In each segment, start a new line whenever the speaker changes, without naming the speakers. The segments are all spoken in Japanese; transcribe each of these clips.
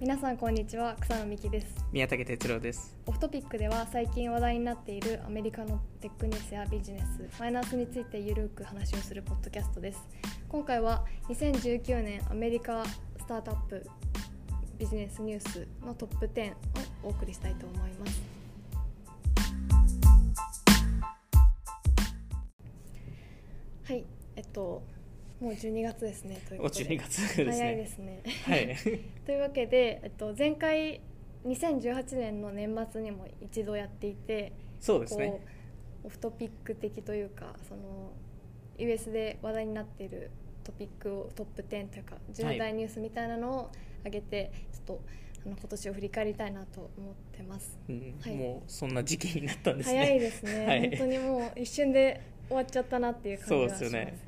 皆さんこんにちは草野美希です
宮武哲郎です
オフトピックでは最近話題になっているアメリカのテックニュースやビジネスマイナスについてゆるく話をするポッドキャストです今回は2019年アメリカスタートアップビジネスニュースのトップ10をお送りしたいと思いますはいえっともう12月ですねという
お
ことで
12月ですね
早いですね
はい
というわけで、えっと、前回2018年の年末にも一度やっていて
そうですね
こうオフトピック的というかその US で話題になっているトピックをトップ10というか重大ニュースみたいなのを上げて、ちょっとあの今年を振り返りたいなと思ってます。
うん
はい
もうそんな時期になったんですね
早いですね、
はい
本当にもう一瞬で終わっちゃったなっていう感じがします
そうですよね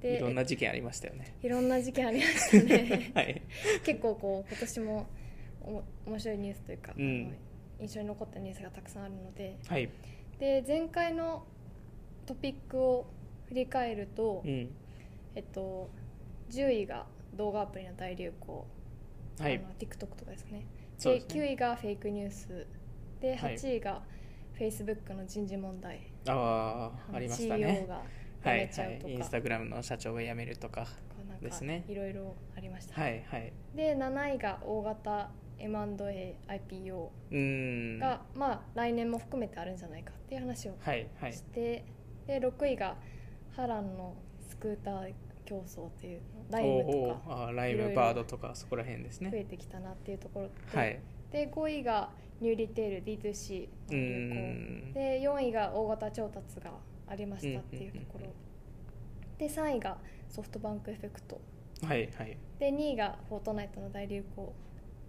で
いろんな事件ありました よね。
いろんな事件ありましたね
はい
結構こう今年もおも面白いニュースというか、
うん
あの印象に残ったニュースがたくさんあるので
はい
で前回のトピックを振り返ると、
うん
えっと、10位が動画アプリの大流行、
は
あ
い
の TikTok とかですね
そう
で
です
9
ね
位がフェイクニュースで
はい
8位が Facebook の人事問題、
あ
あ
あ
の
ありましたね
CEO が辞
はい
めちゃうと
は
か、
いインスタグラムの社長が辞めるとか
なん
です
か
ね
いろいろありました、
はいはい
で7位が大型 M&AIPO
うーん
が
は、
まあ来年も含めてあるんじゃないかっていう話を
いはい
して、で6位が波乱のスクーター競争っていうライブ
お
と
ー
か
あーラ
い
イ
ろい
ム
ろ
バードとかそこら辺です
増え
ね
てきたなっていうところで,、
はい
で5位がニューリテール D2C
う
の流
ー
行
ん
で4位が大型調達がありましたっていうところ、
うんうんうん
で3位がソフトバンクエフェクト
はいはい
で2位がフォートナイトの大流行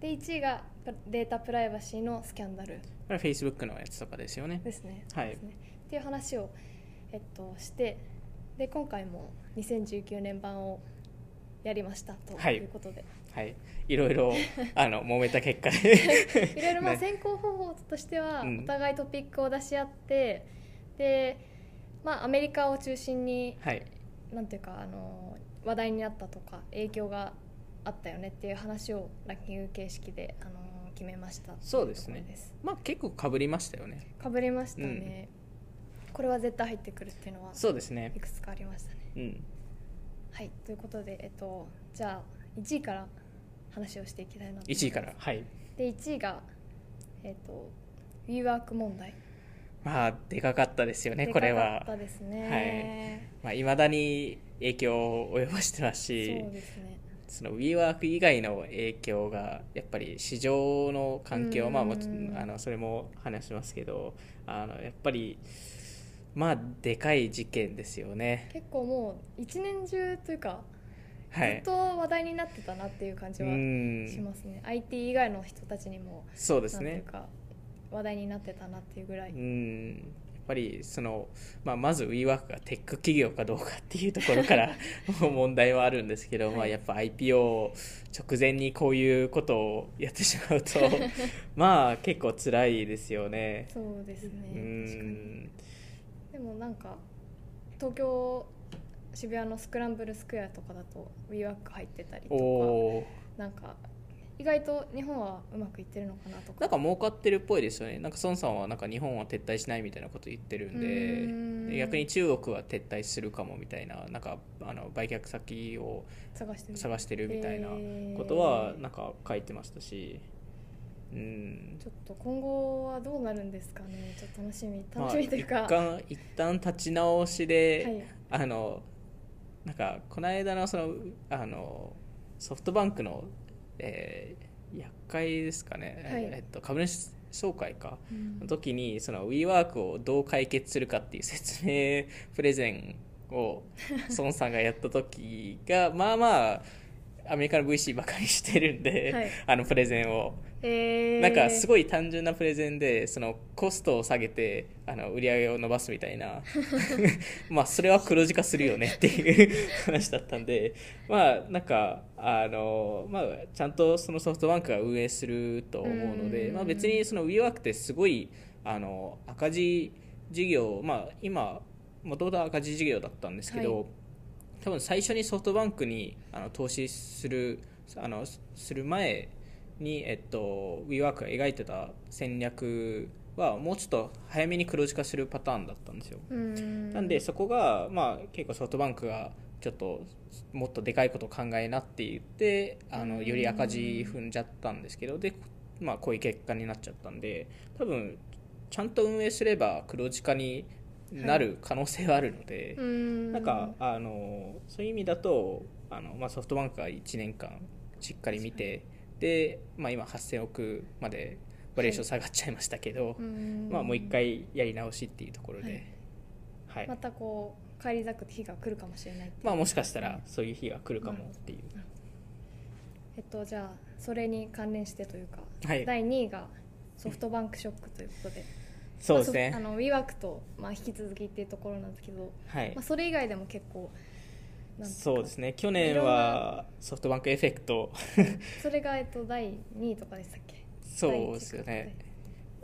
で1位がデータプライバシーのスキャンダル
これフェイスブックのやつとかですよね
ですね。
はい
ですねっていう話を、えっと、してで今回も2019年版をやりましたと
はい
いうことで、
はいいろ いろあの揉めた結果で
い、ろいろまあ
ね
選考方法としては、
うん
お互いトピックを出し合ってで、まあ、アメリカを中心に
はい
なんていうかあの話題になったとか影響があったよねっていう話をランキング形式であの決めました
そうですね
といところです
まあ結構かぶりましたよね
かぶりましたね、これは絶対入ってくるっていうのは
そうですね
いくつかありましたね
うん
はい、ということで、えっと、じゃあ1位から話をしていきたいなと思います
1位からはい
で1位が、えっと、ウィーワーク問題
まあでかかったですよねこれ
でかかった
は
ですね、
まあ、未だに影響を及ぼしてますし
そうですね
その WeWork 以外の影響がやっぱり市場の環境、
うん
まあ、もちあのそれも話しますけどあのやっぱりまあでかい事件ですよね
結構もう一年中というか、
は
ずっ
い
と話題になってたなっていう感じ
う
はし
ん
ますね、IT 以外の人たちにも
そう
な
で
ん
す
てい
ね
うか話題になってたなっていうぐらい、
うんやっぱりその、まあ、まず WeWork がテック企業かどうかっていうところからもう 問題はあるんですけど、ま
は
あ、
い
やっぱ IPO 直前にこういうことをやってしまう とまあ結構辛いですよね。
そうですね
う
確かに
ん
でもなんか東京渋谷のスクランブルスクエアとかだと WeWork 入ってたりと
おー
かなんか意外と日本はうまくいってるのかなとか
なんか儲かってるっぽいですよねなんか孫さんはなんか日本は撤退しないみたいなこと言ってるん
う
で
ん
で逆に中国は撤退するかもみたいななんかあの売却先を
探してる
探してるみたいな
へー
ことはなんか書いてましたし、うん
ちょっと今後はどうなるんですかねちょっと楽しみ
ま
楽
あ
しみというか、
一旦一旦立ち直しで、
は
あのなんかこの間のそのあのソフトバンクの、えー、厄介ですかね、
はい
えっと、株主総会か
いうん
の時にその WeWork をどう解決するかっていう説明プレゼンを孫さんがやった時がまあまあアメリカの VC ばかりしてるんで、
はい
あのプレゼンを
えー、
なんか
い
すごい単純なプレゼンでそのコストを下げてあの売り上げを伸ばすみた いなまあそれは黒字化するよねっていう話だったんでまあなんかあの、まあ、ちゃんとそのソフトバンクが運営すると思うの
うんうん
で、
うん
まあ、別にその WeWork ってすごいあの赤字事業まあ今もともと赤字事業だったんですけど、
はい
多分最初にソフトバンクにあの投資するあのする前に、えっと、WeWork が描いてた戦略はもうちょっと早めに黒字化するパターンだったんですよ。
うん
なんでそこが、まあ、結構ソフトバンクがちょっともっとでかいことを考えなって言ってあ
う
の
ん
より赤字踏んじゃったんですけどで、まあ、こういう結果になっちゃったんで多分ちゃんと運営すれば黒字化になる可能性はあるので、
うん
なんかあのそういう意味だとあの、まあ、ソフトバンクが1年間しっかり見てで、まあ、今8000億までバリエーション下がっちゃいましたけど、
うん
まあ、もう一回やり直しっていうところで。はい
またこう返り咲く日が来るかもしれないっていう
まあもしかしたらそういう日が来るかもっていう。
えっとじゃあそれに関連してというか、
はい
第2位がソフトバンクショックということで
そうです
まあ
ね。
そあの WeWork と、まあ、引き続きっていうところなんですけど、
はい
まあ、。それ以外でも結構なんていか
そうですね。去年はソフトバンクエフェクト。
それが、えっと、第2位とかでしたっけ
そうですよね。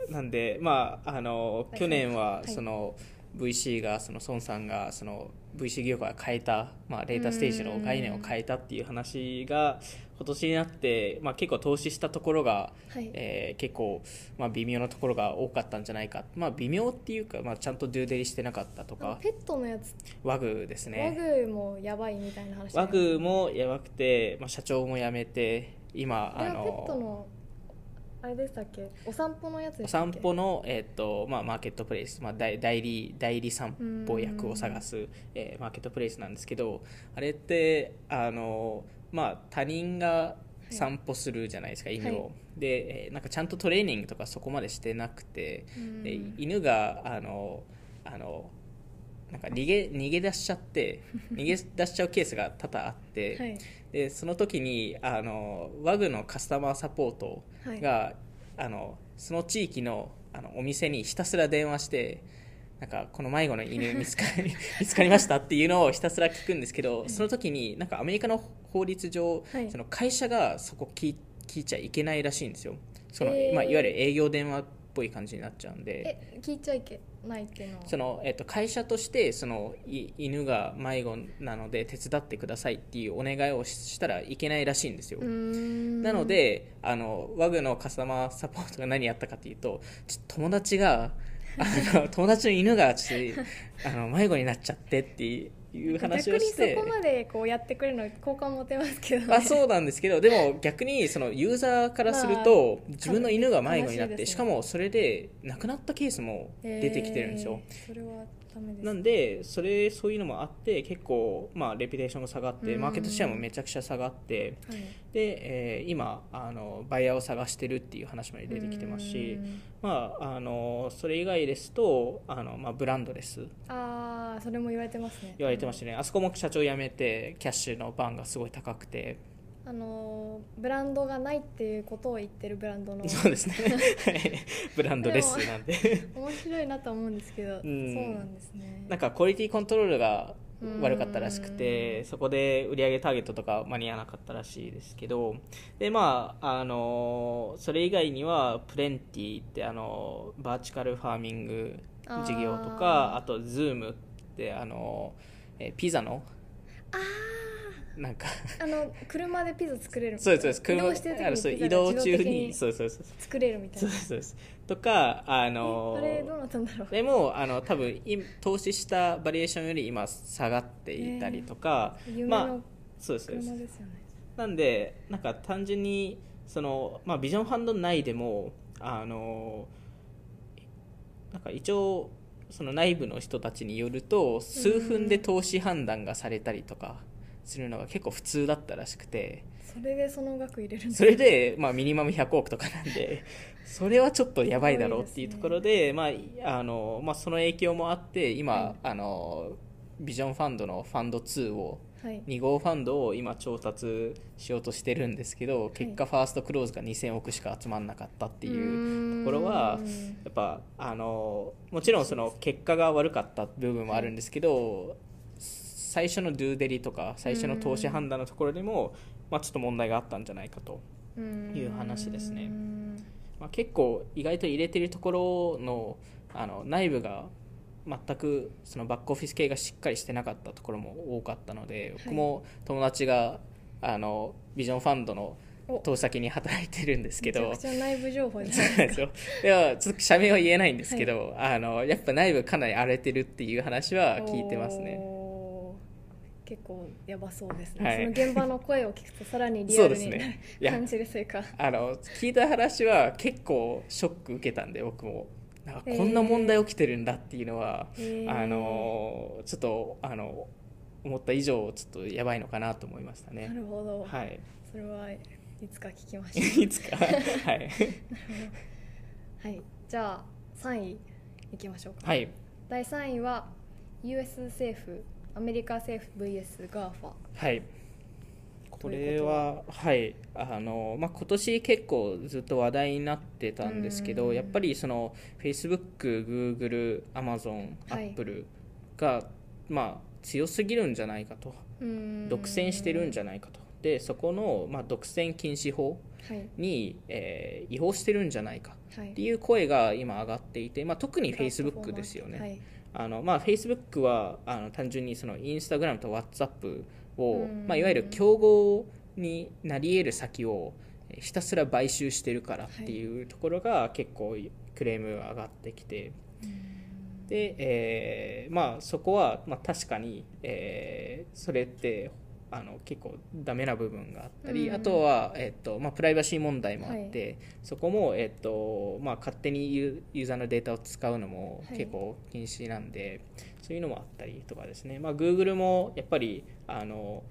なんで、まあ、あの、
はい
去年
は
はいその VC が、その孫さんが、その VC 業界が変えた、まあ、データステージの概念を変えたっていう話が、今年になって、まあ結構投資したところが、
はい、
えー結構、まあ、微妙なところが多かったんじゃないか、まあ、微妙っていうか、まあ、ちゃんとデューデリしてなかったと
あの
か
ペットのやつ、
ワグですね
ワグもやばいみたいな話
ワグもやばくて、まあ、社長も辞めて今
あ
あ
れはペット
の
のあれでしたっけお散歩のやつ
お
でしたっ
散
け
歩の、えっとまあ、マーケットプレイス、まあ、代代理代理散歩役を探す、えーマーケットプレイスなんですけどあれってあの、まあ、他人が散歩するじゃないですか、
い
犬を、
は
で、えーなんかちゃんとトレーニングとかそこまでしてなくて、
うん
で犬があのあのなんか逃げ逃げ出しちゃって 逃げ出しちゃうケースが多々あって、
はい
でその時にあのワグのカスタマーサポート
はい
が、あのその地域のあのお店にひたすら電話してなんかこの迷子 の犬見つかり見つかりましたっていうのをひたすら聞くんですけどその時になんかアメリカの法律上、
はい
その会社がそこ聞い聞いちゃいけないらしいんですよその、
へー
まあ、いわゆる営業電話っぽい感じになっちゃうんで。
え聞いちゃいけないっていうのは
そのえっと会社としてそのい犬が迷子なので手伝ってくださいっていうお願いをししたらいけないらしいんですよ、
うーん
なのであのワグのカスタマーサポートが何やったかっていうとちょっと友達が あの友達の犬がちょっとあの迷子になっちゃってっていう話をして
逆にそこまでこうやってくれるの好感持てますけど、ね、
あそうなんですけどでも逆にそのユーザーからすると自分の犬が迷子になっ
悲しいで
て
すね
しかもそれで亡くなったケースも出てきてるんですよ、
えーそれはダメです
なんでそれそういうのもあって結構、まあ、レピュテーションが下がって
うん
マーケットシェアもめちゃくちゃ下がって
はい
で、えー今あのバイヤーを探してるっていう話まで出てきてますし
う、ん
まあ、あのそれ以外ですとあの、まあ、ブランドレス
ああそれも言われてますね
言われてましたねあそこも社長辞めてキャッシュのバンがすごい高くて
あのーブランドがないっていうことを言ってるブラン ドの
そうですねはいブランドレスなんで
面白いなと思うんですけど、そ
ん
うなんですね
なんかクオリティコントロールが悪かったらしくて
うん
そこで売上ターゲットとか間に合わなかったらしいですけどでまああのそれ以外にはプレンティってあのバーチカルファーミング事業とかあ
あ
とズームってあのえーピザのなんか
ーあの車でピザ作れるみた
そう
い
で
な
すそうで
移
す
動
車
してる
あのそ
時
う
にピ
移
ザが
動
自動
中
的
に
に
そうそうそう
作れるみたい
そう
な
ですそうですとかあの
えあれどうなったんだろう
でもあの多分い投資したバリエーションより今下がっていたりとか、
夢
まあ
の
そうですそう
車
で
です
す
よね、
なんでなんか単純にその、まあ、ビジョンファンド内でもあのなんか一応その内部の人たちによると数分で投資判断がされたりとかするのが結構普通だったらしくて
それでその額入れるんだ
それで、まあ、ミニマム100億とかなんでそれはちょっとやばいだろうっていうところでまああのまあ、その影響もあって今、
はい
あのビジョンファンドのファンド2を
はい
2号ファンドを今調達しようとしてるんですけど結果ファーストクローズが2000億しか集まんなかったっていう
う
ところは
ーん
やっぱあのもちろんその結果が悪かった部分もあるんですけど最初のドゥーデリとか最初の投資判断のところにもまあちょっと問題があったんじゃないかと、
うーん
いう話ですね
うーん
まあ、結構意外と入れてるところのあの内部が全くそのバックオフィス系がしっかりしてなかったところも多かったので
い
僕も友達があのビジョンファンドの
お
投資先に働いてるんですけ
め
ど
ちゃくちゃ内部情報じゃ
そう
な
ないん
で
ですす
か
よ。では、ちょっと社名は言えないんですけど、あの、やっぱ内部かなり荒れてるっていう話は聞いてますね。
おー結構やばそうですね、
はい
その現場の声を聞くとさらにリ
そ
ア
うで
ル
す
に、
ね。いや
感、じるせいか
あの、聞いた話は結構ショック受けたんで、僕も。なんかこんな問題起きてるんだっていうのは、
へー
あの、ちょっと、あの、思った以上、ちょっとやばいのかなと思いました
な
ね。
るほど、
はい。
それはいつか聞きまし
いつか、はい。
た はいじゃあ3位いきましょうか、
はい。
第3位は US 政府アメリカ政府 VS ガーファ
はい。これは、はい、あの、まあ、今年結構ずっと話題になってたんですけ
う
ど、
ん
やっぱりその、Facebook、Google、Amazon、
はい
Apple が、まあ、強すぎるんじゃないかと、独占してるんじ
ゃ
ゃないかと。で、そこの、まあ、独占禁止法
はい
に、えー違法してるんじゃないか
はい
っていう声が今上がっていて、まあ、特に
プラットフォーマー
Facebook ですよね。
はい
あのまあ、Facebook はあの単純にそのインスタグラムと WhatsApp
う
を
ん、
まあ、いわゆる競合になり得る先をえーひたすら買収してるからっていうところが結構クレームが上がってきて、でえーまあ、そこは、まあ、確かに、えーそれってあの結構ダメな部分があったり、
うん
あとは、えっとまあ、プライバシー問題もあって、そこも、えっとまあ、勝手にユーユーザーのデータを使うのも
はい
結構禁止なんで、そういうのもあったりとかですね、まあ、Google もやっぱりあの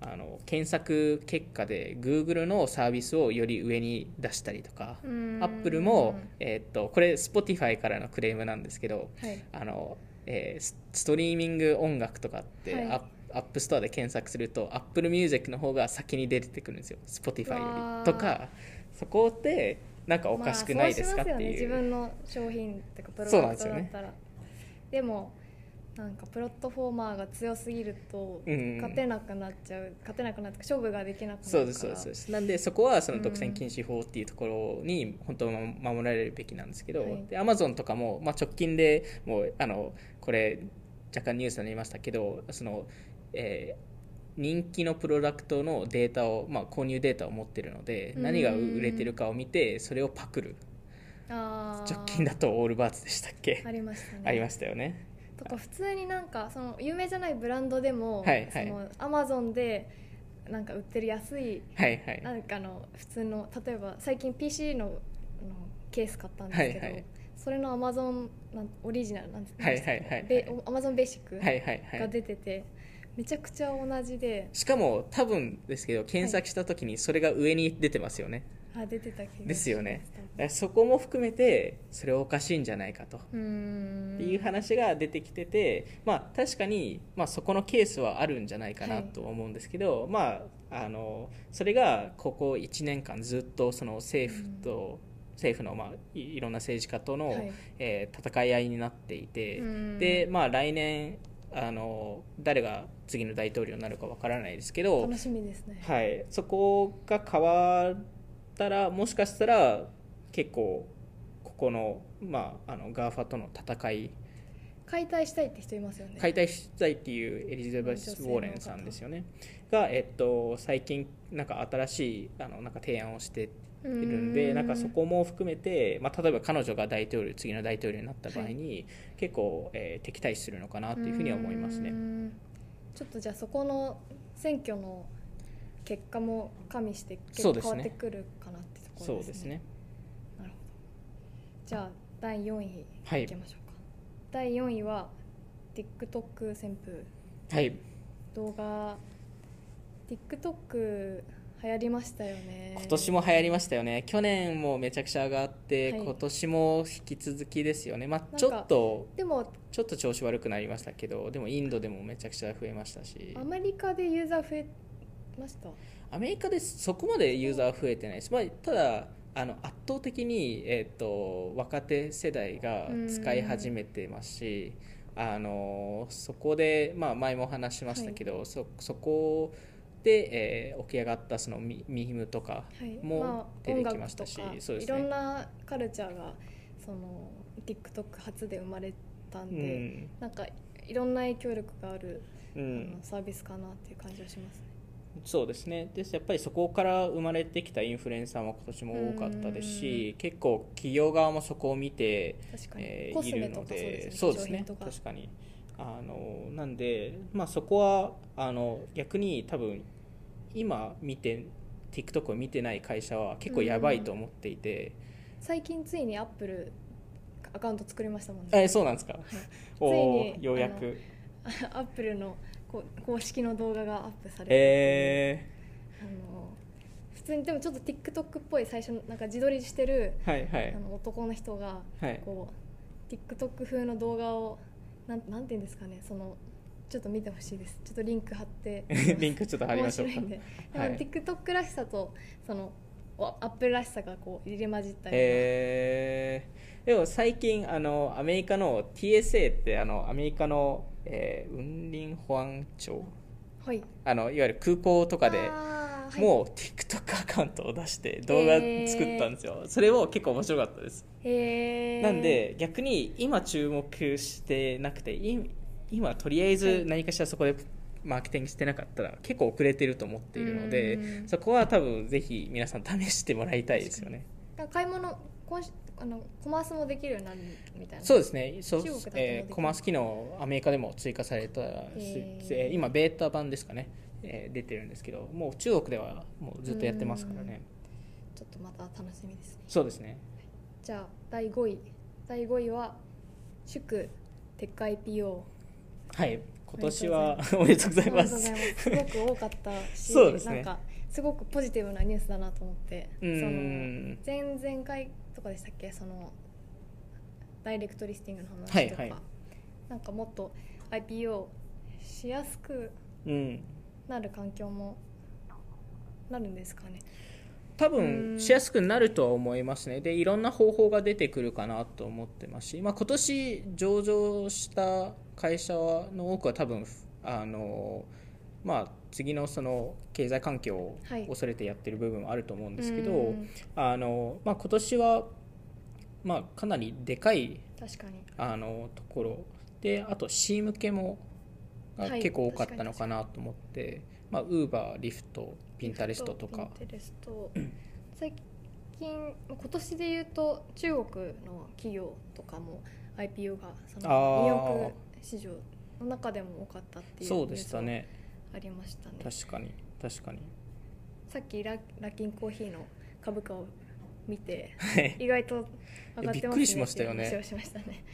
あの検索結果で Google のサービスをより上に出したりとか、
うーん
アップルも、えっとこれ Spotify からのクレームなんですけど
はい
あの、えースストリーミング音楽とかって、
はい
アップアップストアで検索すると Apple Music の方が先に出てくるんですよ Spotify よ
わー
りとかそこってなんかおかしくないですかってい
ま
う、
あ、そうしますよね自分の商品とかプロ
そうな
ダ
ん
クト
ですよ
だっ
ね
たらで,、もなんかプラットフォーマーが強すぎると、
うん
勝てなくなっちゃう勝てなくなって勝負ができなくなるから
そうですそうですそうですなんでそこはそうの
ん
独占禁止法っていうところに本当は守られるべきなんですけど、
はい
で Amazon とかも、まあ、直近でもうあのこれ若干ニュースになりましたけどその、えー人気のプロダクトのデータを、まあ、購入データを持ってるので
うん
何が売れてるかを見てそれをパクる
あー
直近だとオールバーツでしたっけ
ありましたね
ありましたよね
とか普通になんかその有名じゃないブランドでも、
はいはい
そのアマゾンでなんか売ってる安い
はいはい
なんかあの普通の例えば最近 PC のあのケース買ったんですけど、
はいはい
それのアマゾンオリジナルなんです
はいはいはい
アマゾンベーシック
はいはいはい
が出てて、めちゃくちゃ同じで
しかも多分ですけど検索した時にそれが上に出てますよね、
あ出てた気がします
ですよねだからそこも含めてそれはおかしいんじゃないかと、
うーん
っていう話が出てきてて、まあ、確かに、まあ、そこのケースはあるんじゃないか
は
ないと思うんですけど、まあ、あのそれがここ1年間ずっとその政府と、政府の、まあ、いいろんな政治家との、
はい
えー戦い合いになっていて、
うん
で、まあ、来年あの誰が次の大統領になるかわからないですけど、
楽しみですね、
はい、そこが変わったらもしかしたら結構ここの,、まあ、あのガーファとの戦い
解体したいって人いますよね
解体したいっていうエリザベス・ウォーレンさんですよねが、えっと、最近なんか新しいあのなんか提案をして
う
い
ー
るんでなんかそこも含めて、まあ、例えば彼女が大統領次の大統領になった場合に、結構、えー敵対視するのかなというふうには思いますね
うー。んちょっとじゃあそこの選挙の結果も加味して結構
そうで
変
す
わっ
ね
てくるかなってとこ
そ
ろで
う
すね
ですね
なるほどじゃあ第4位
はい
いきましょうか、第4位は TikTok 旋風
はい
動画 TikTok 流行りましたよね
今年も流行りましたよね去年もめちゃくちゃ上がって、
はい
今年も引き続きですよね、ま
か
あ、ちょっと
でも
ちょっと調子悪くなりましたけどでもインドでもめちゃくちゃ増えましたし
アメリカでユーザー増えました
アメリカでそこまでユーザーは増えてないです、まあ、ただあの圧倒的に、えー、と若手世代が使い始めてますしあのそこで、まあ、前も話しましたけど、そそこで、えー起き上がったそのミミームとか
はい
も出てきましたし、
まあ音楽とか
そうです
いろ
ね
んなカルチャーがその TikTok 初で生まれたん
う
で、
ん
なんかいろんな影響力がある、
う
あ
ん
のサービスかなっていう感じはしますね
そうですねですやっぱりそこから生まれてきたインフルエンサーも今年も多かったですし結構企業側もそこを見て、
確かに、
え
コ
ー
ス
い
メ
る
と
の
かそうで
ですそ
ね
うですね
化粧品とか
確かにあのなんで、まあ、そこはあの逆に多分今見て TikTok を見てない会社は結構やばいと思っていて、
最近ついにアップルアカウント作りましたもんね
えそうなんですか、
つ
お
い
ー
に
ようやく
アップルのこう公式の動画がアップされて、
え
あの普通にでもちょっと TikTok っぽい最初のなんか自撮りしてる
ー、はいは
あ
い
の男の人が
はい
こう TikTok 風の動画をなんなんていうんですかねそのちょっと見てほしいですちょっとリンク貼って
リンクちょ っと貼りましょうか
面白いんででも
はい
TikTok らしさとそのおアップルらしさがこう入り混じったような、
えーでも最近あのアメリカの TSA ってあのアメリカの、えー運林保安庁
はい
あのいわゆる空港とかで
あーはい
もう TikTok アカウントを出して動画作ったんですよ、それも結構面白かったです、
へー
なんで逆に今注目してなくてい今とりあえず何かしらそこでマーケティングしてなかったら結構遅れてると思っているので、
うん
そこは多分ぜひ皆さん試してもらいたいですよね
だから買い物今週あのコマースもできるようになるみたいな
そうですね、そう
中国だと
え
どうで
ー
す
コマース機能、アメリカでも追加されたし、
ー
えー今、ベータ版ですかね、えー出てるんですけど、もう中国ではもうずっとやってますからね、
ちょっとまた楽しみですね
そうですね、
じゃあ第5位第5位は祝テック IPO
はい、今年は おめでとうございま
あり
す
が。とうございますすごく多かったし
そうですね
なんかすごくポジティブなニュースだなと思って
う
そ
ー
の
ん
前々回とかでしたっけそのダイレクトリスティングの話とか、
はいはい
なんかもっと IPO しやすく
うん
なる環境もなるんですかね
多
う
分
ん
しやすくなるとは思いますねでいろんな方法が出てくるかなと思ってますし、まあ、今年上場した会社の多くは多分あの、まあ、次のその経済環境を
はい
恐れてやってる部分はあると思うんですけど、
うん
あのまあ、今年は、まあ、かなりでかい
確かに
あのところであと C 向けもが
はい
結構多かったのかなと思って、まあ、Uber、リフト、ピンタレストとか。
ピンタレスト最近今年で言うと中国の企業とかも IPO がそ
あー
の2億市場の中でも多かったっていう
そうでした
ニュー
ね
スがありましたね
確かに確かに
さっきララキンコーヒーの株価を見て
はい
意外と上がってますね
いやびっくりしましたよね
っていう話をしましたね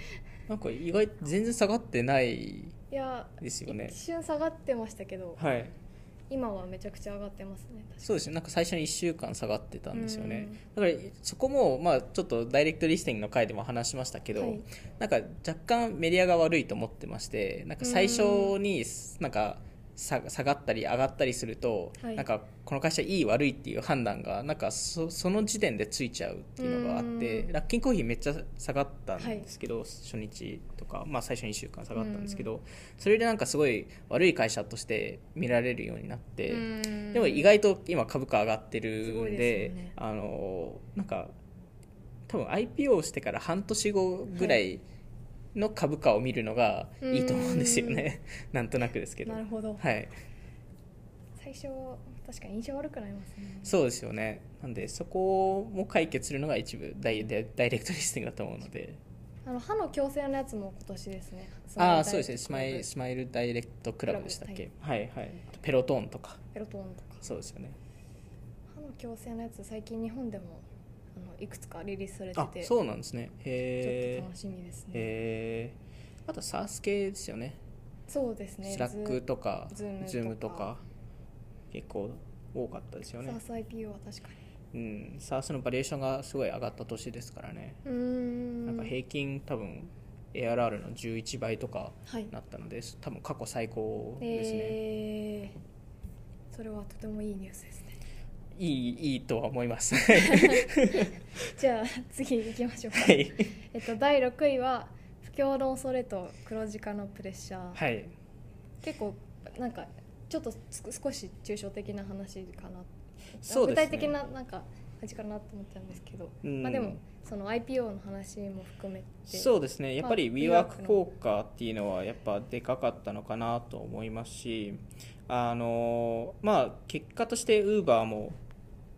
なんか意外全然下がってない
いや
ですよね
一瞬下がってましたけど
はい
今はめちゃくちゃ上がってますね確か
そうですねなんか最初に1週間下がってたんですよね
うん
だからそこもまあちょっとダイレクトリスティングの回でも話しましたけど、
はい
なんか若干メディアが悪いと思ってましてなんか最初になんか下下がったり上がったりすると、
はい
なんかこの会社いい悪いっていう判断がなんかそその時点でついちゃうっていうのがあって
うん
ラッキンコーヒーめっちゃ下がったんですけど、初日とか、まあ、最初2週間下がったんですけど、それでなんかすごい悪い会社として見られるようになって。
に
でも意外と今株価上がってる
す
ん
ごい
で
ですよね
あのなんか多分 IPO してから半年後ぐらいの株価を見るのがいいと思うんですよね、 なんとなくですけど
なるほど、
はい、
最初確かに印象悪くなりますね
そうですよねなんでそこも解決するのが一部ダイダイダイレクトリスティングだと思うので
あの歯の矯正のやつも今年ですね。
ああそうですねスマイ
イ
ルスマイルダイレクトクラブでしたっけ
ク
はいはい、あとペロトーンとか
ペロトンとか。
そうですよね
歯の矯正のやつ最近日本でもあのいくつかリリースされて
あ
て、
そうなんですね
ちょっ
へ
と
え
楽しみですね。
へーあとサース系ですよね
そうですね。
スラックとか
ズ
ズ
ームとか
ームとか結構多かったですよ
ズ
ね
サース IPO は確か
うんサースのバリエーションがすごい上がった年ですからね、
に。うーん。
なんか平均多分 ARR の11倍とか
はい。
なったので多分過去最高ですね、
えー、それはとてもいいニュースですね。
いいいいとは思います
じゃあ次行きましょうか。
はい
えっと第六位は不況の恐れと黒字化のプレッシャー。
はい
結構なんかちょっとつく少し抽象的な話かな
そ
具
うですね
体的ななんか味かなと思ったんですけど、
うん
まあ、でもその IPO の話も含めて
そうですねやっぱり
まあ
WeWork 効果っていうのはやっぱでかかったのかなと思いますしあのまあ結果として Uber も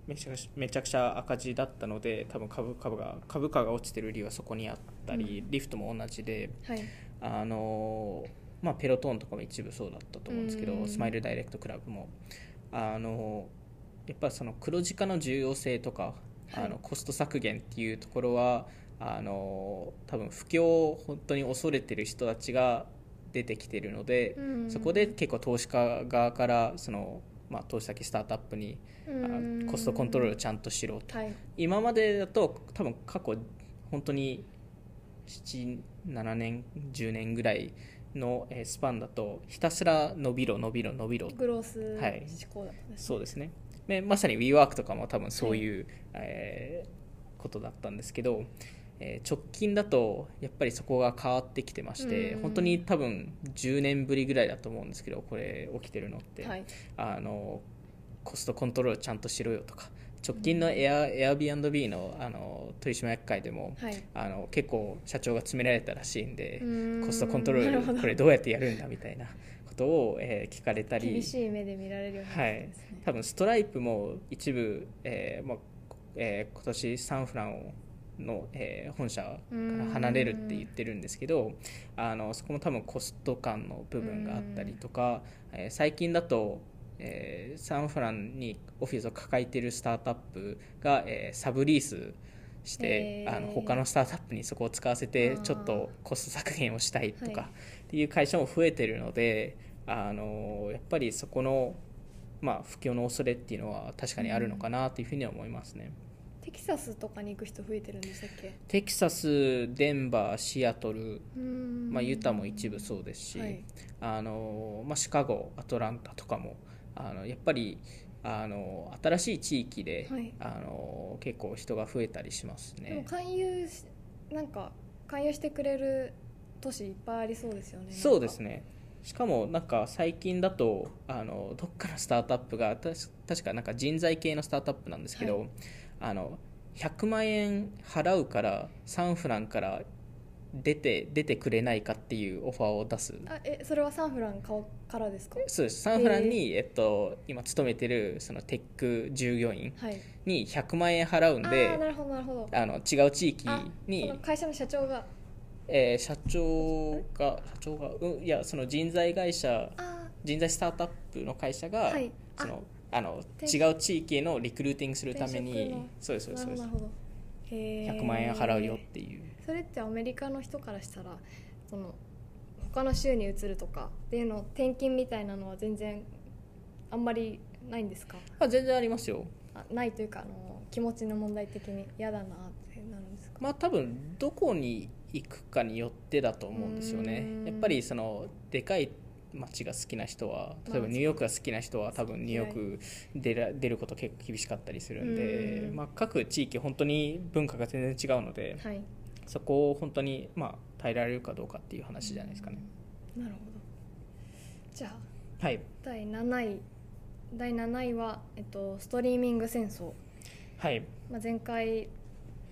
めちゃくちゃめちゃくちゃ赤字だったので多分株株が株価が落ちてる理由はそこにあったり、リフトも同じで
はい
あのまあ、ペロトンとかも一部そうだったと思うんですけど、
うん
スマイルダイレクトクラブもあのやっぱその黒字化の重要性とか、
はい
あのコスト削減っていうところはあの多分不況を本当に恐れてる人たちが出てきてるので、
うん
そこで結構投資家側からその、まあ、投資先スタートアップに、あ
うん
コストコントロールをちゃんとしろと
はい
今までだと多分過去本当に77年10年ぐらいのえースパンだとひたすら伸びろ伸びろ伸びろ
グロース
はい
思考だったんですね
そうですねでまさに WeWork とかも多分そういう、えーことだったんですけど、えー直近だとやっぱりそこが変わってきてまして
うん
本当に多分10年ぶりぐらいだと思うんですけどこれ起きてるのって、
はい
あのコストコントロールちゃんとしろよとか直近のエア、エア B&B のあの取締役会でも
はい
あの結構社長が詰められたらしいんで
うん
コストコントロ
なる
ー
ほ
ル
ど
これどうやってやるんだみたいなことを、えー聞かれたり
厳しい目で見られるようになったん
はい
ですね、
多分ストライプも一部、えーまあえー今年サンフランの、えー本社から離れるって言ってるんですけどあのそこも多分コスト感の部分があったりとか、えー最近だと、えーサンフランにオフィスを抱えてるスタートアップが、えーサブリースして、
へー
あの他のスタートアップにそこを使わせて
あー
ちょっとコスト削減をしたいとか、
はい
っていう会社も増えてるのであのやっぱりそこの、まあ、不況の恐れっていうのは確かにあるのかなというふうには思いますね。
テキサスとかに行く人増えてるんでしたっけ
テキサス、デンバー、シアトル、ま
ま
あ、ユタも一部そうですし、
はい
あのまあ、シカゴ、アトランタとかもあのやっぱりあの新しい地域で、
はい
あの結構人が増えたりします
でも
ね。
勧誘しなんか勧誘してくれる都市いっぱいありそうですよね
そうですねしかもなんか最近だとあのどっかのスタートアップがたし確かなんか人材系のスタートアップなんですけど、
は
あの100万円払うからサンフランから出て出てくれないかっていうオファーを出す
あえそれはサンフランかからですか
そうですサンフランに、えっと、今勤めてるそのテック従業員
はい
に100万円払うん
あ
で
あなるほどなるほど
あの違う地域
あそ
に
の、会社の社長が
えー社長が社長が、うん、いやその人材会社
あ
人材スタートアップの会社
あ
が、
はいあ
そのあの
転職
違う地域へのリクルーティングするた
転
めに
職の
そうですそうで
な
す
る
そう
ほ
で
どなるほ
す
どへー
100万円払うよっていう
それってアメリカの人からしたらその他の州に移るとかっていうの転勤みたいなのは全然あんまりないんですか
あ全然ありますよ
あないというかあの気持ちの問題的に嫌だなってなるんですか、
まあ多分どこに行くかによってだと思うんですよ
う
ね
ーん
やっぱりそのでかい街が好きな人は例えばニューヨークが好きな人は多分ニューヨーク出ら出ること結構厳しかったりするんで
うーん
まあ各地域本当に文化が全然違うので
はい
そこを本当にまあ耐えられるかどうかっていう話じゃないですかね
なるほどじゃあ
はい
第7位第7位は、えっと、ストリーミング戦争、
はい
まあ、前回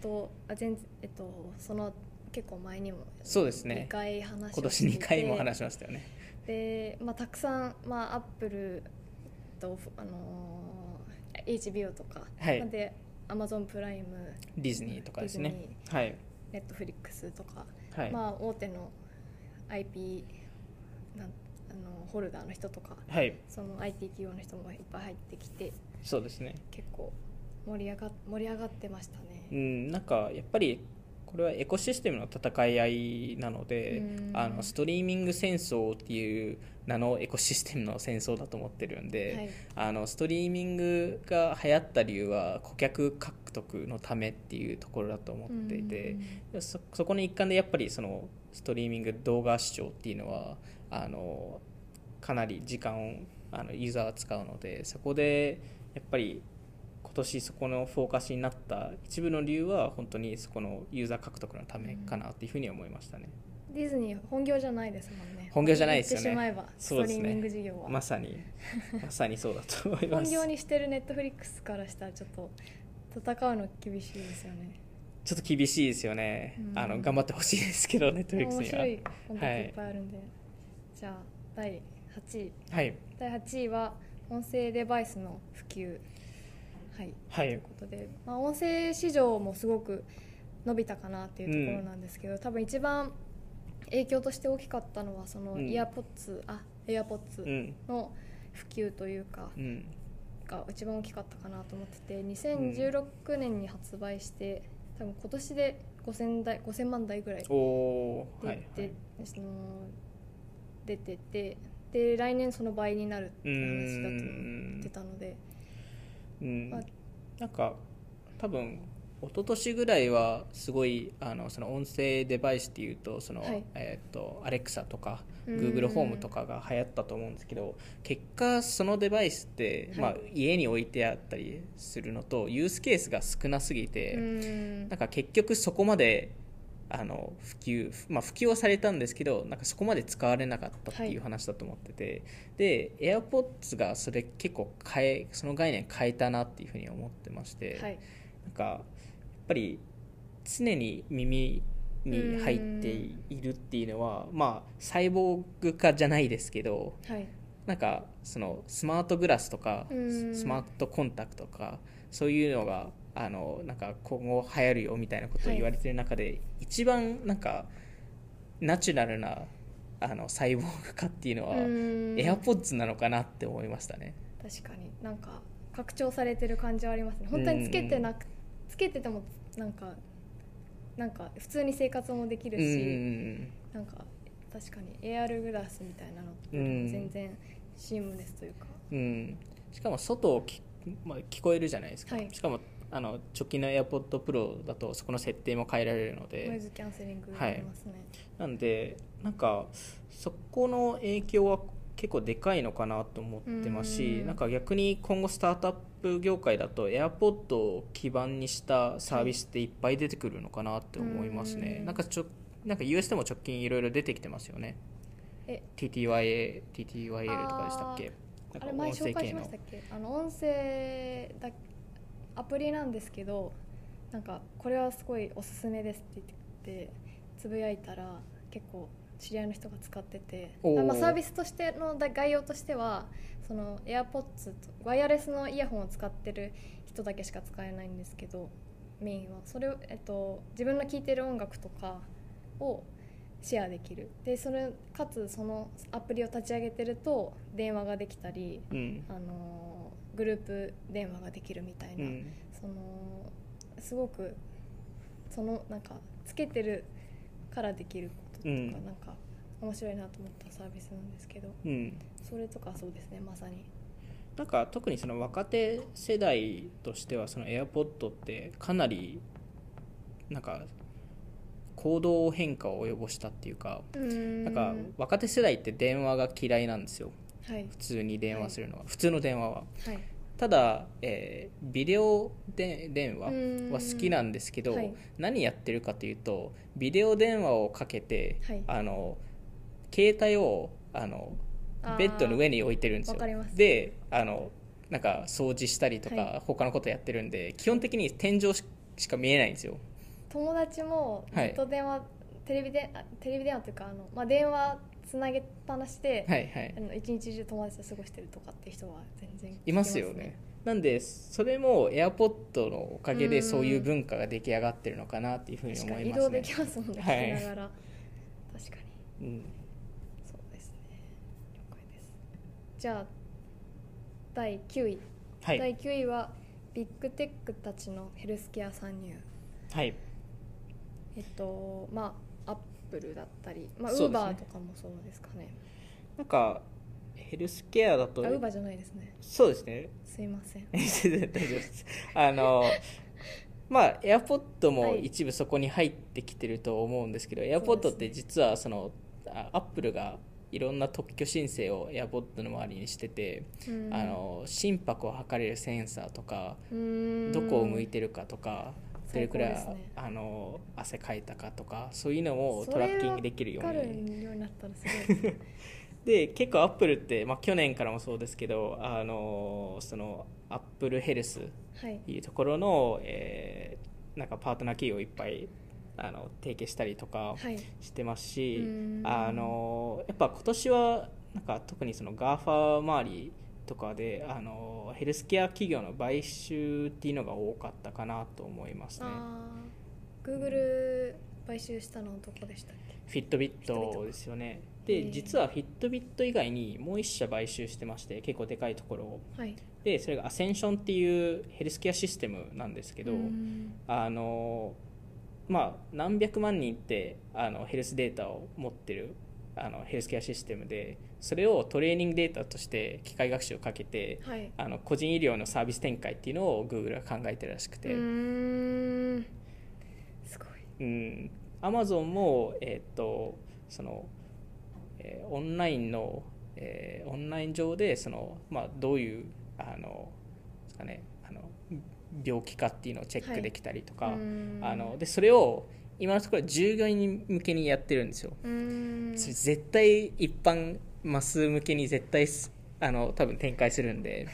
とあ前、えっと、その結構前にも
そうです
2
ね
回話を
今年2回も話しましたよね
で、まあ、たくさん、まあ、アップルと、あのー HBO とか、
はい
でアマゾンプライム
ディズニーとかですね
ディズニ
はい
ネットフリックスとか、
はい、
まあ、大手の IP なんあのホルダーの人とか
はい
その IT 企業の人もいっぱい入ってきて
そうですね
結構盛り上が盛り上がってました
う
ね。
ん、なんかやっぱりこれはエコシステムの戦い合いなので
うん
あのストリーミング戦争っていう名のエコシステムの戦争だと思ってるんで、
はい
あのストリーミングが流行った理由は顧客獲得のためっていうところだと思っていて。そそこの一環でやっぱりそのストリーミング動画視聴っていうのはあのかなり時間をあのユーザーは使うのでそこでやっぱり今年そこのフォーカスになった一部の理由は本当にそこのユーザー獲得のためかなっていうふうに思いましたね、
うんディズニー本業じゃないですもんね。
本業じゃないですよね
言ってしまえばス
そう
ト
で
リ
すね
ーミング事業は、
まさにまさにそうだと思いま
本
す
業にしてるネットフリックスからしたらちょっと戦うの厳しいですよね
ちょっと厳しいですよね、
うん
あの頑張ってほしいですけどネットフリックス
面
には
白いコンテンツいっぱいあるんで、じゃあ第8位
はい
第8位は音声デバイスの普及はい
はい
ということで、まあ、音声市場もすごく伸びたかなっていうところなんですけど、多分一番影響として大きかったのはその
うん
イヤポッツ、あエアポッ
う
ツ
ん
の普及というか
うん
が一番大きかったかなと思ってて2016年に発売して多分今年で5000台5000万台ぐらい
おおー
で、
はいはい
でその出ててで来年その倍になるって話だと言ってたので
うん
まあ
なんか多分一昨年ぐらいはすごいあのその音声デバイスっていうとその、
はい
えー、と Alexa とか
うん
Google ホームとかが流行ったと思うんですけど結果そのデバイスって、
はい
まあ、家に置いてあったりするのとユースケースが少なすぎて、
うん
なんか結局そこまであの普及、まあ、普及はされたんですけどなんかそこまで使われなかったって
はい
いう話だと思ってて、で AirPods がそれ結構変えその概念変えたなっていうふうに思ってまして、
はい
なんかやっぱり常に耳に入っているっていうのはまあサイボーグ化じゃないですけど
はい
なんかそのスマートグラスとか
うん
スマートコンタクトとかそういうのがあのなんか今後流行るよみたいなことを
はい
言われてる中で、一番なんかナチュラルなあのサイボーグ化っていうのは、
うん
エアポッツなのかなって思いましたね。
確かになんか拡張されてる感じはありますね本当につけてなく、つけててもなんかなんか普通に生活もできる
うんう
し、
ん
なんか確かに AR グラスみたいなのって
うん
全然シームレスというか、
うんうんしかも外をき、まあ、聞こえるじゃないですか、
はい
しかもあの直近の AirPod Pro だとそこの設定も変えられるので。
ノイズキャンセリングがありますね、
なんでなんかそこの影響は結構でかいのかなと思ってますし
うん
なんか逆に今後スタートアップ業界だと AirPod を基盤にしたサービスっていっぱい出てくるのかなって思いますね、
うん
なんかちょなんか US でも直近いろいろ出てきてますよね
え
TTYA、TTYL とかでしたっけなん
あ
か
れ前
音声
紹介
系
しま
の
したっけあの音声だアプリなんですけどなんかこれはすごいおすすめですって言ってつぶやいたら結構知り合いの人が使ってて
おー
まあサービスとしてのだ概要としてはその AirPods とワイヤレスのイヤホンを使ってる人だけしか使えないんですけどメインはそれを、えっと、自分の聴いてる音楽とかをシェアできるでそれかつそのアプリを立ち上げてると電話ができたり、
うん
あのーグループ電話ができるみたいうな、
ん
そのすごくそのなんかつけてるからできることとか、
うん
なんか面白いなと思ったサービスなんですけど
うん
それとかそうですねまさに
なんか特にその若手世代としてはその AirPod ってかなりなんか行動変化を及ぼしたっていうか
な
なんか若手世代って電話が嫌いなんですよ
はい
普通に電話するのは、普通の電話は
はい
ただ、えービデオで電話は
うん
好きなんですけど、
はい
何やってるかというとビデオ電話をかけて、
はい
あの携帯をあの
あー
ベッドの上に置いてるんですよ
わかります
であのなんか掃除したりとか、
はい
他のことやってるんで基本的に天井ししか見えないんですよ
友達もず
はい
っと電話、テレビであテレビ電話というかあの、まあ、電話つなげっぱなしで、
はいはい
あの一日中友達と過ごしてるとかって人は全然聞き
いますよねなんでそれも AirPod のおかげ
う
で
ん
そういう文化が出来上がってるのかなっていうふうに
確
思
かに移
います
動で
ね
きますもんね、
はい
聞きながら確かに
うん
そうですね了解ですじゃあ第9位、
はい
第9位はビッグテックたちのヘルスケア参入
はい
えっとまあアップルだったりまあウ
そ
ー
うです
バ
ね
ーとかもそうですかね
なんかヘルスケアだ
あ
と
ウーバーじゃないですね
そうですね
すいません
大丈夫ですあのまあ AirPod
は
も
い
一部そこに入ってきてると思うんですけど、
そうです
AirPod
ね
って実はそのあ Apple がいろんな特許申請を AirPod の周りにしてて、
うん
あの心拍を測れるセンサーとか、ど
ど
こを向いてるかとかどれくらい、
最高ですね
あの汗かいたかとかそういうのをトラッキングできるよう
分か
に
るようになったらすごいですね
で結構アップルって、まあ、去年からもそうですけどあのそのアップルヘルス
はい
いうところの、えーなんかパートナー企業をいっぱいあの提携したりとか
はい
してますし、
うん
あのやっぱ今年はなんか特にその GAFA 周りとかであのヘルスケア企業の買収っていうのが多かったかなと思いますね。
ああ Google 買収したのどこでしたっけ
フィットビットですよね
へ
で
ー
実はフィットビット以外にもう1社買収してまして結構でかいところを
はい
でそれがアセンションっていうヘルスケアシステムなんですけど、
うん
あのまあ何百万人ってあのヘルスデータを持ってるあのヘルスケアシステムでそれをトレーニングデータとして機械学習をかけて
はい
あの個人医療のサービス展開っていうのを Google が考えてるらしくて。
うーんすごい
うん、アマゾンも、えーっとそのえーオンラインの、えーオンライン上でその、まあ、どういうあのですか、ね、あの病気かっていうのをチェッ
は
ク
い
できたりとか、
うん
あのでそれを今のところ従業員向けにやってるんですよ。
うーん
それ絶対一般マス向けに絶対すあの多分展開する んで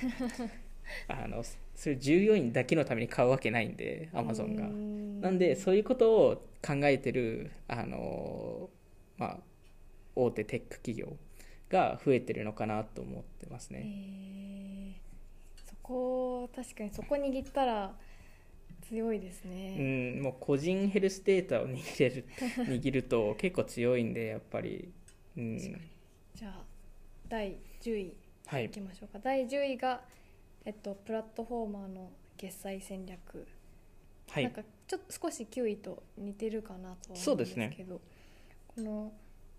あのそれ従業員だけのために買うわけないんでアマゾンが。
うん
なんでそういうことを考えてるあの、まあ、大手テック企業が増えてるのかなと思ってます
え
ね。
ーそこ確かにそこ握ったら強いです
う
ね、
ん、もう個人ヘルスデータを握 れる握ると結構強いんでやっぱり、うん
確かにじゃあ第10位
はいい
きましょうか第10位が、えっと、プラットフォーマーの決済戦略、
は
なん
い
かちょっと少し9位と似てるかなとは
そ
思う
うんで
です
すね
けどこの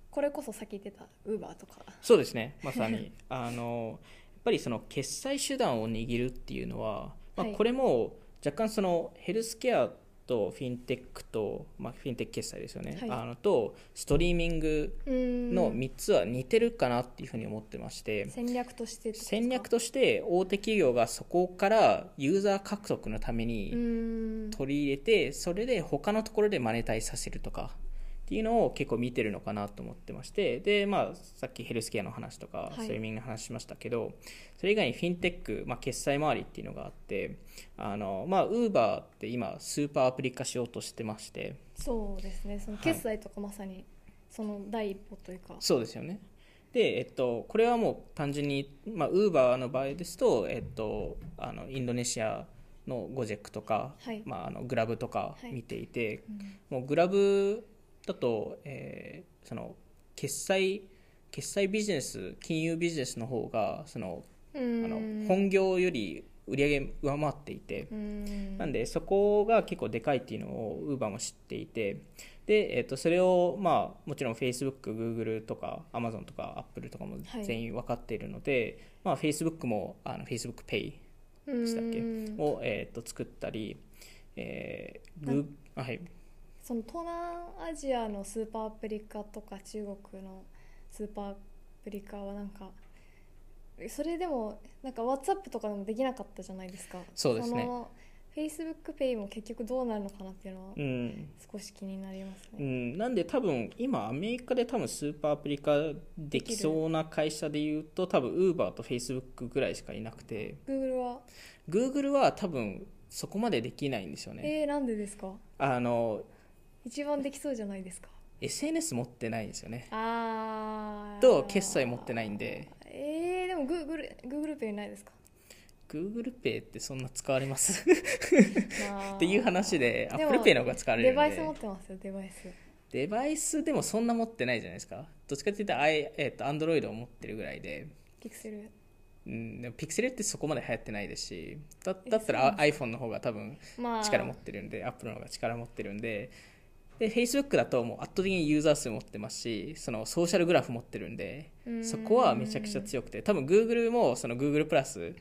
これこそさっき言ってたウーバーとか
そうです ねまさにあのやっぱりその決済手段を握るっていうのは、まあ、
はい
これも若干そのヘルスケアとフィンテックと、まあ、フィンテック決済ですよね、
はい
あのとストリーミングの
の
3つは似てるかなっていうふうに思ってまして
戦略としてってことですか
戦略として大手企業がそこからユーザー獲得のため
う
に
ん
取り入れてそれで他のところでマネタイズさせるとかっていうのを結構見てるのかなと思ってましてでまあさっきヘルスケアの話と
は
か
い
ストリーミングの話しましたけどそれ以外にフィンテックまあ決済周りっていうのがあってあのまあウーバーって今スーパーアプリ化しようとしてまして
そうですねその
はい
決済とかまさにその第一歩というか、
そうですよね。で、えっと、これはもう単純に、まあ、ウーバーの場合ですと、えっと、あのインドネシアのゴジェックとか、
はい
まあ、あのグラブとか
はい
見ていて、
うん
もうグラブだと、えーその決済決済ビジネス金融ビジネスの方がそのあ
うん
の本業より売り上げ上回っていて、
うん
なんでそこが結構でかいっていうのをウーバーも知っていてで、えっとそれを、まあ、もちろん Facebook、Google とか Amazon とか Apple とかも
はい
全員分かっているので、まあ、Facebook もあの FacebookPay でしたっけ
うん
を、えっと作ったり、えー
なん
Goo- あはい、
その東南アジアのスーパーアプリカとか中国のスーパーアプリカはなんかそれでもなんか WhatsApp とかでもできなかったじゃないですか
そうですね
の FacebookPay も結局どうなるのかなっていうのは
うん
少し気になります
う
ね、
ん、なんで多分今アメリカで多分スーパーアプリ化できそうな会社でいうと多分 Uber と Facebook ぐらいしかいなくて
Google は
Google は多分そこまでできないんですよね。
えー、なんでですか
あの
一番できそうじゃないですか
SNS 持ってないんですよね
あー
と決済持ってないんで
えー、でも Google, Google Pay ないですか
GooglePay ってそんな使われます
っ
っていう話で
でも
ApplePay の方が使われる
デ
んで
バイス持ってますよデバイス
デバイスでもそんな持ってないじゃないですかどっちかっていうと,、I えっと Android を持ってるぐらいで
ピクセル
うんでもピクセルってそこまで流行ってないですしだ
え
だった
そう
ら
なん
iPhone の方が多分
まあ
力持ってるんで Apple の方が力持ってるんでで Facebook だともう圧倒的にユーザー数持ってますしそのソーシャルグラフ持ってるんで
うん
そこはめちゃくちゃ強くて多分 Google もその Google プラス
は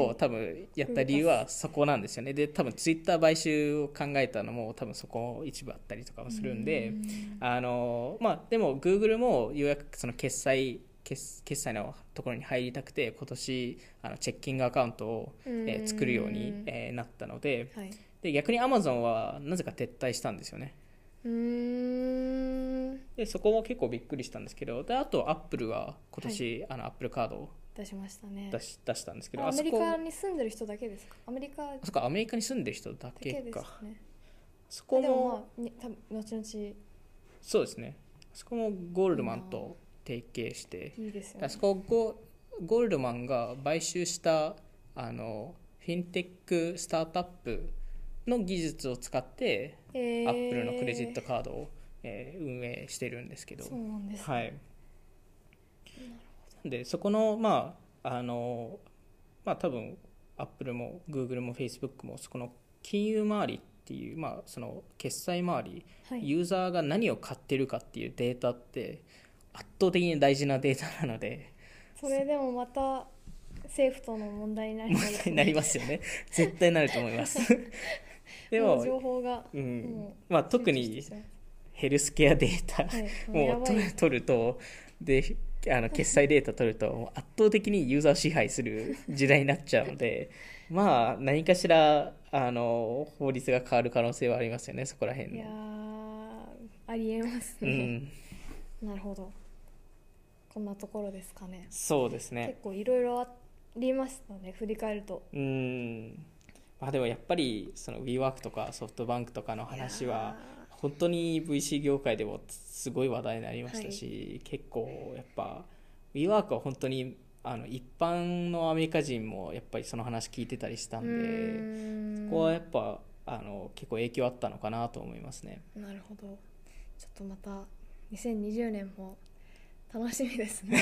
を
い
多分やった理由はそこなんですよねで多分 Twitter 買収を考えたのも多分そこ一部あったりとかもするんであのまあでも Google もようやくその決済決決済のところに入りたくて今年あのチェッキングアカウントを、えー作るように、えーなったので
はい
で逆に Amazon はなぜか撤退したんですよね
うーん
ででそこも結構びっくりしたんですけどであとアップルは今年、あのアップルカードを
出しましたね
出し出したんですけど
あアメリ
あ
カ
そこ
に住んでる人だけですかアメリカだ
あそこアメリカに住んでる人だけ
け
か
ですよね
そこ
で
も
もまあに多分後々
そうですねそこもゴールドマンと提携して
いいですよ
あ
ね
そこをゴゴールドマンが買収したあのフィンテックスタートアップの技術を使って
え
ア
ー
ップルのクレジットカードを、えー運営してるんですけど
そうなんですね、
はいでそこのまああのまあ多分アップルもグーグルもフェイスブックもそこの金融周りっていうまあその決済周り
はい、
ユーザーが何を買ってるかっていうデータって圧倒的に大事なデータなので
それでもまた政府との問題になりそうですね
なりますよね絶対なると思 いますで
もう情
も、
報が、
う
も
ん
う
まあ、特
集中
に
してしまう
ヘルスケアデータ
はいもうや
もう
ば
取
い
る取るとであの決済データ取るともう圧倒的にユーザー支配する時代になっちゃうのでまあ何かしらあの法律が変わる可能性はありますよねそこら辺
いや
の。
ーありえます
う
ね、
ん、
なるほどこんなところですかね
そうですね
結構いろいろありましたね振り返ると
うんまあでもやっぱりその WeWork とかソフトバンクとかの話はい
や
本当に VC 業界でもすごい話題になりましたし、結構やっぱ WeWork は本当にあの一般のアメリカ人もやっぱりその話聞いてたりし
ー
たん
う
で
ーん
ここはやっぱあの結構影響あったのかなと思いますね。
なるほどちょっとまた2020年も楽しみですね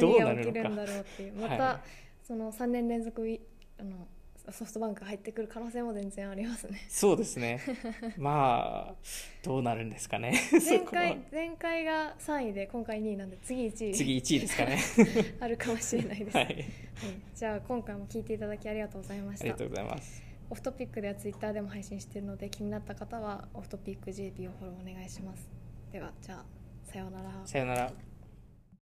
ど
何
うな
が起
る
き
のか
るんだろうっていうまた、
は
その3年連続いあのソフトバンクが入ってくる可能性も全然ありますね
そうです ねまあどうなるんですかね
前
そこは
回前回が3位で今回2位なんで次1位
次1位ですかね
あるかもしれないです、
は
はい
い
じゃあ今回も聞いていただきありがとうございま
あ
し
りが
た
とうございます
オフトピックではツイッターでも配信しているので気になった方はオフトピック JP をフォローお願いしますではじゃあさようなら
さよなら